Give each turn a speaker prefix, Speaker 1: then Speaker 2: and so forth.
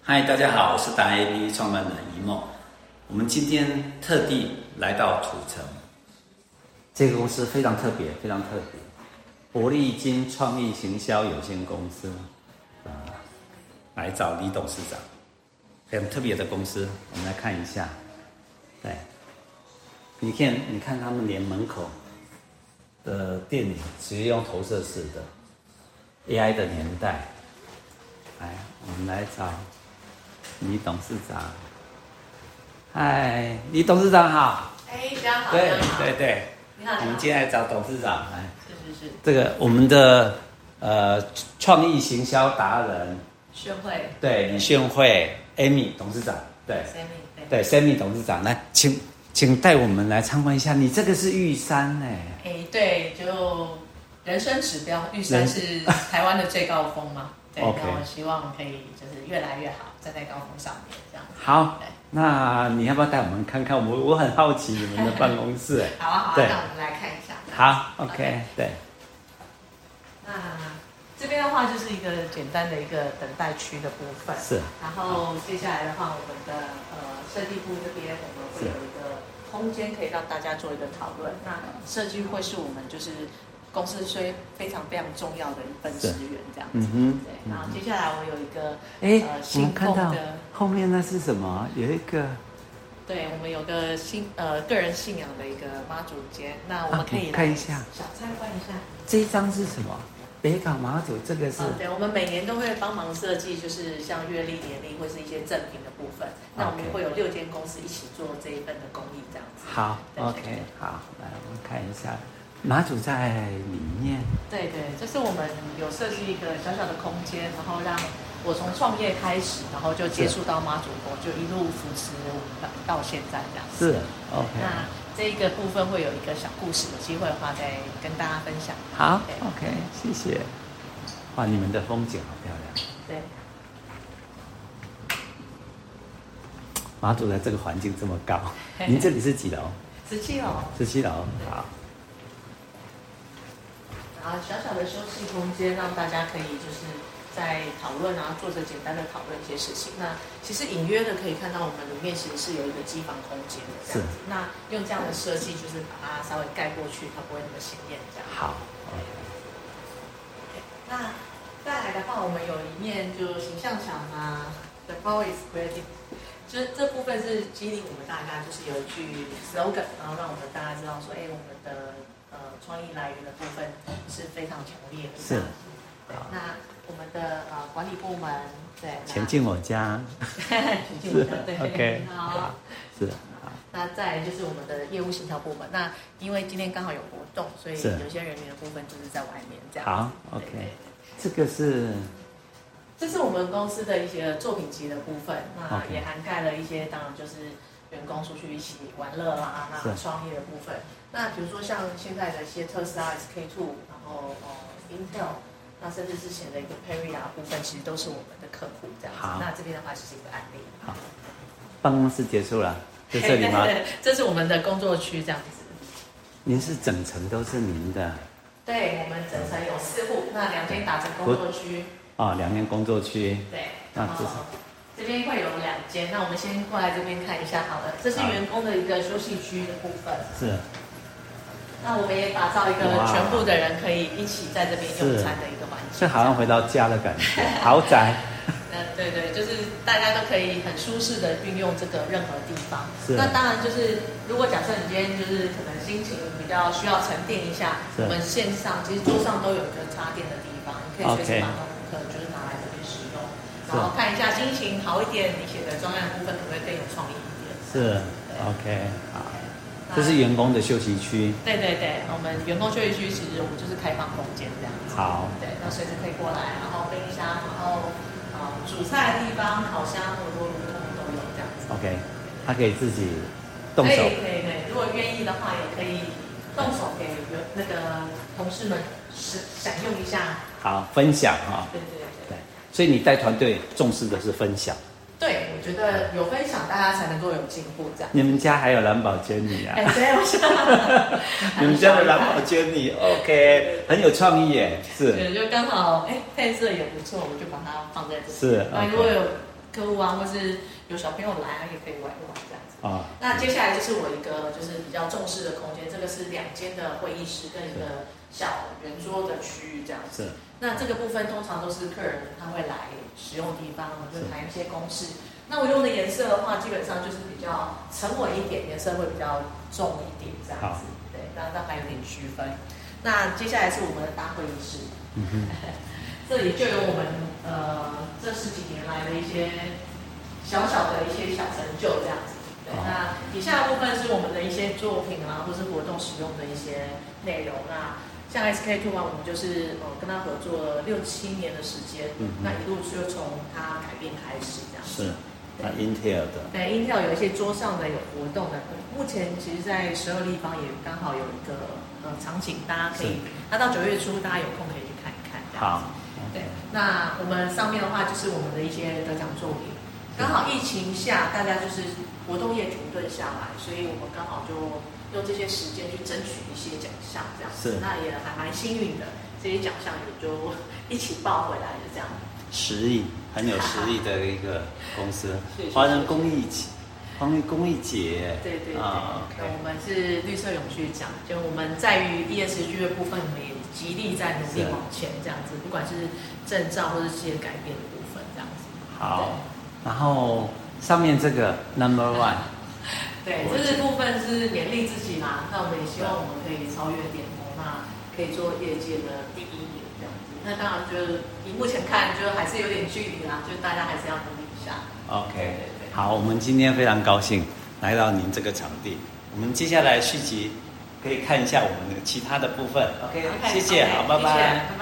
Speaker 1: 嗨，大家好，我是达 APP 创办人一梦。我们今天特地来到土城，这个公司非常特别，非常特别。伯利金创意行销有限公司啊、来找李董事长，很特别的公司，我们来看一下。对，你看，你看他们连门口的电影直接用投射式的 AI 的年代，来，我们来找李董事长。嗨，李董事长好。
Speaker 2: 哎，大家好，
Speaker 1: 对
Speaker 2: 大家好
Speaker 1: 对，对，
Speaker 2: 你好，
Speaker 1: 我们
Speaker 2: 你
Speaker 1: 今天来找董事长来。
Speaker 2: 好，是是是，
Speaker 1: 这个我们的呃创意行销达人，
Speaker 2: 学会
Speaker 1: 对李炫慧 Amy 董事长，对
Speaker 2: Sammy，对，
Speaker 1: 对 Sammy 董事长，来请请带我们来参观一下，你这个是玉山哎、
Speaker 2: 哎，对，就人生指标，玉山
Speaker 1: 人
Speaker 2: 是 台湾的最高峰嘛，对，
Speaker 1: OK
Speaker 2: 那我希望可以就是越来越好，站在高峰上面这样。
Speaker 1: 好
Speaker 2: 对，
Speaker 1: 那你要不要带我们看看？我我很好奇你们的办公室哎、
Speaker 2: 好啊，好啊，
Speaker 1: 对
Speaker 2: 那我们来看一下。
Speaker 1: 好
Speaker 2: OK
Speaker 1: ，OK，对，
Speaker 2: 那这边的话就是一个简单的一个等待区的部分，
Speaker 1: 是。
Speaker 2: 然后接下来的话，我们的呃设计部这边我们会有一个空间可以让大家做一个讨论。那设计会是我们就是公司虽非常非常重要的一份资源，这样子。
Speaker 1: 嗯
Speaker 2: 对，然后接下来我有一个
Speaker 1: 哼，哎、
Speaker 2: 呃
Speaker 1: 我们
Speaker 2: 新
Speaker 1: 看
Speaker 2: 购
Speaker 1: 到
Speaker 2: 的，
Speaker 1: 后面那是什么？有一个
Speaker 2: 对我们有个信呃个人信仰的一个妈祖节，那我
Speaker 1: 啊
Speaker 2: 们可以
Speaker 1: 我
Speaker 2: 来
Speaker 1: 看一下
Speaker 2: 小参观一下。
Speaker 1: 这一张是什么？北港马祖这个是
Speaker 2: 嗯，对，我们每年都会帮忙设计，就是像月历、年历或是一些赠品的部分。那我们
Speaker 1: OK
Speaker 2: 会有六间公司一起做这一份的公益，这样子。
Speaker 1: 好
Speaker 2: 对
Speaker 1: ，OK，好，来我们看一下，马祖在里面，
Speaker 2: 对对，就是我们有设计一个小小的空间，然后让我从创业开始，然后就接触到妈祖婆，就一路扶持我们到到现在这样子。
Speaker 1: 是 OK，
Speaker 2: 那这一个部分会有一个小故事，有机会的话再跟大家分享。
Speaker 1: 好
Speaker 2: 对
Speaker 1: ，OK，谢谢。哇，你们的风景好漂亮，
Speaker 2: 对，
Speaker 1: 马祖的这个环境这么 高，您这里是几楼？
Speaker 2: 十七哦。
Speaker 1: 十七楼，好，
Speaker 2: 然后小小的休息空间，让大家可以就是在讨论啊，做着简单的讨论一些事情。那其实隐约的可以看到，我们里面其实是有一个机房空间的这样子。那用这样的设计，就是把它稍微盖过去，它不会那么显眼这样。
Speaker 1: 好
Speaker 2: 那再来的话，我们有一面就形象墙啊，The Power is Creative，就是这部分是激励我们大家，就是有一句 slogan，然后让我们大家知道说，哎，我们的呃创意来源的部分是非常强烈的。
Speaker 1: 是
Speaker 2: 对
Speaker 1: 好
Speaker 2: 那我们的呃管理部门对那
Speaker 1: 前进我 家，
Speaker 2: 前进
Speaker 1: 是
Speaker 2: 对
Speaker 1: OK，
Speaker 2: 好。
Speaker 1: 是好，
Speaker 2: 那再来就是我们的业务行销部门。那因为今天刚好有活动，所以
Speaker 1: 是
Speaker 2: 有些人员的部分就是在外面这样。
Speaker 1: 好
Speaker 2: 对对
Speaker 1: OK
Speaker 2: 对
Speaker 1: 这个是
Speaker 2: 这是我们公司的一些作品集的部分，那
Speaker 1: OK
Speaker 2: 也涵盖了一些，当然就是员工出去一起玩乐啦，那
Speaker 1: 是
Speaker 2: 创业的部分。那比如说像现在的一些特斯拉 SK Two，然后呃 Intel，那甚至之前的一个 Perry 啊部分，其实都是我们的客户这样子
Speaker 1: 好。
Speaker 2: 那这边的话就是一个案例，
Speaker 1: 办公室结束了，就这里吗？
Speaker 2: 这是我们的工作区这样子。
Speaker 1: 您是整层都是您的
Speaker 2: 对我们整层有四户，那两边打成工作区，
Speaker 1: 哦，两面工作区，
Speaker 2: 对，
Speaker 1: 那
Speaker 2: 然
Speaker 1: 这
Speaker 2: 后
Speaker 1: 是
Speaker 2: 这边会有两间，那我们先过来这边看一下好了。这是
Speaker 1: 好
Speaker 2: 员工的一个休息区的部分，
Speaker 1: 是
Speaker 2: 那我们也打造一个
Speaker 1: 哇啊
Speaker 2: 全部的人可以一起在这边用餐的一个环境。
Speaker 1: 这好像回到家的感觉， 豪宅
Speaker 2: 呃，对对，就是大家都可以很舒适的运用这个任何地方。
Speaker 1: 是
Speaker 2: 那当然就是，如果假设你今天就是可能心情比较需要沉淀一下，
Speaker 1: 是
Speaker 2: 我们线上其实桌上都有一个插电的地方，你可以随
Speaker 1: OK
Speaker 2: 时把它可能就是拿来这边使用，
Speaker 1: 是
Speaker 2: 然后看一下心情好一点，你写的专案部分可不可以更有创意一点？
Speaker 1: 是 OK 好。这是员工的休息区，
Speaker 2: 对对对，我们员工休息区其实我们就是开放空间这样子。
Speaker 1: 好，
Speaker 2: 对，那随时可以过来，然后冰箱，然后呃煮菜的地方、烤箱、微波炉通通都有这样子。
Speaker 1: ，OK，他可以自己动
Speaker 2: 可
Speaker 1: 手
Speaker 2: 以，可以可以，如果愿意的话，也可以动手给员那个同事们使享用一下。
Speaker 1: 好分享哈、
Speaker 2: 对对对
Speaker 1: 对，所以你带团队重视的是分享。
Speaker 2: 对，我觉得有分享，大家才能够有进步 这样。
Speaker 1: 你们家还有蓝宝坚尼啊
Speaker 2: 哎，？对，我想
Speaker 1: 你们家的蓝宝坚尼，OK，很有创意耶，是
Speaker 2: 对，就刚好哎配色也不错，我就把它放在这里。
Speaker 1: 是
Speaker 2: 那
Speaker 1: ，OK
Speaker 2: 如果有客户啊，或是有小朋友来啊，也可以玩一玩这样子。
Speaker 1: 啊，
Speaker 2: 那接下来就是我一个就是比较重视的空间，这个是两间的会议室跟一个小圆桌的区域这样子。
Speaker 1: 是
Speaker 2: 那这个部分通常都是客人他会来使用的地方，我们就谈一些公式。那我用的颜色的话，基本上就是比较沉稳一点，颜色会比较重一点这样
Speaker 1: 好
Speaker 2: 子。对，让让它有点区分。那接下来是我们的大会议室，
Speaker 1: 嗯哼，
Speaker 2: 这里就有我们呃这十几年来的一些小小的一些小成就这样子。对，
Speaker 1: 好
Speaker 2: 那以下的部分是我们的一些作品啊，或是活动使用的一些内容。那像 SK two 啊，我们就是呃跟他合作了六七年的时间，
Speaker 1: 嗯哼
Speaker 2: 那一路就从它改变开始这样子。
Speaker 1: 是那 Intel 的
Speaker 2: 对，Intel 有一些桌上的有活动的，目前其实在十二立方也刚好有一个呃场景，大家可以，那到九月初大家有空可以去看一看。这样子
Speaker 1: 好，
Speaker 2: 对，那我们上面的话就是我们的一些得奖作品。刚好疫情下，大家就是活动业停顿下来，所以我们刚好就用这些时间去争取一些奖项，这样
Speaker 1: 是。
Speaker 2: 子那也还蛮幸运的，这些奖项也就一起抱回来了，这样。
Speaker 1: 实力很有实力的一个公 司
Speaker 2: 是是，
Speaker 1: 华人公益节，公益公益节，
Speaker 2: 对对对。
Speaker 1: 啊
Speaker 2: 那
Speaker 1: ，OK，
Speaker 2: 我们是绿色永续奖，就我们在于 ESG 的部分，我们也极力在努力
Speaker 1: 是
Speaker 2: 往前，这样子，不管是证照或者是一些改变的部分，这样子。
Speaker 1: 好，然后上面这个 Number One，
Speaker 2: 对，这是部分是勉励自己啦。那我们也希望我们可以超越点头，那可以做业界的第一名这样子。那当然就是以目前看，就还是有点距离啦，就大家还是要努力一下。
Speaker 1: OK，
Speaker 2: 对对
Speaker 1: 好，我们今天非常高兴来到您这个场地。我们接下来续集可以看一下我们的其他的部分。OK，谢谢，好，拜
Speaker 2: 谢谢
Speaker 1: 拜。
Speaker 2: 拜拜。